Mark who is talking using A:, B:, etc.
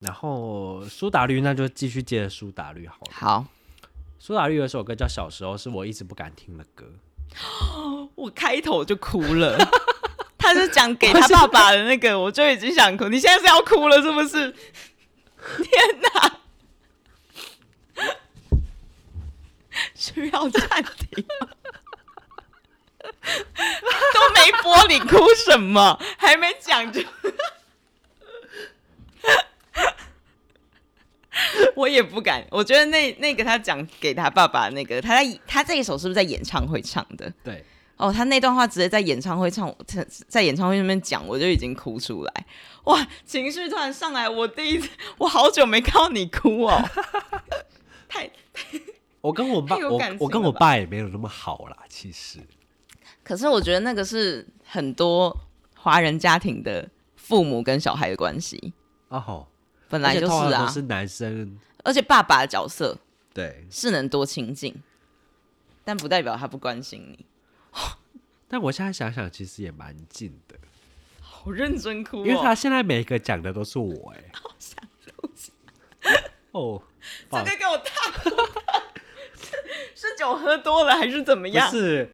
A: 然后苏打绿那就继续接着苏打绿好了。
B: 好，
A: 苏打绿有一首歌叫《小时候》，是我一直不敢听的歌。
B: 我开头就哭了。他是讲给他爸爸的那个，我就已经想哭。你现在是要哭了是不是？天哪！需要暂停吗？都没播，你哭什么？还没讲就……我也不敢。我觉得那那个他讲给他爸爸那个，他在他这一首是不是在演唱会唱的？
A: 对，
B: 哦，他那段话直接在演唱会唱，在在演唱会那边讲，我就已经哭出来，哇，情绪突然上来，我第一次，我好久没看到你哭哦， 太，
A: 我跟我爸，
B: 太有
A: 我
B: 感情
A: 我跟
B: 了
A: 我
B: 吧
A: 爸也没有那么好啦，其实。
B: 可是我觉得那个是很多华人家庭的父母跟小孩的关系，
A: 哦吼，
B: 本
A: 而
B: 来
A: 且
B: 就
A: 通常
B: 是
A: 都
B: 啊，
A: 是男生。
B: 而且爸爸的角色
A: 对，
B: 是能多亲近，但不代表他不关心你。
A: 但我现在想想，其实也蛮近的，
B: 好认真哭、哦，
A: 因为他现在每一个讲的都是我哎、好想哦，
B: 这个给我大哭，是酒喝多了还是怎么
A: 不
B: 样？
A: 是，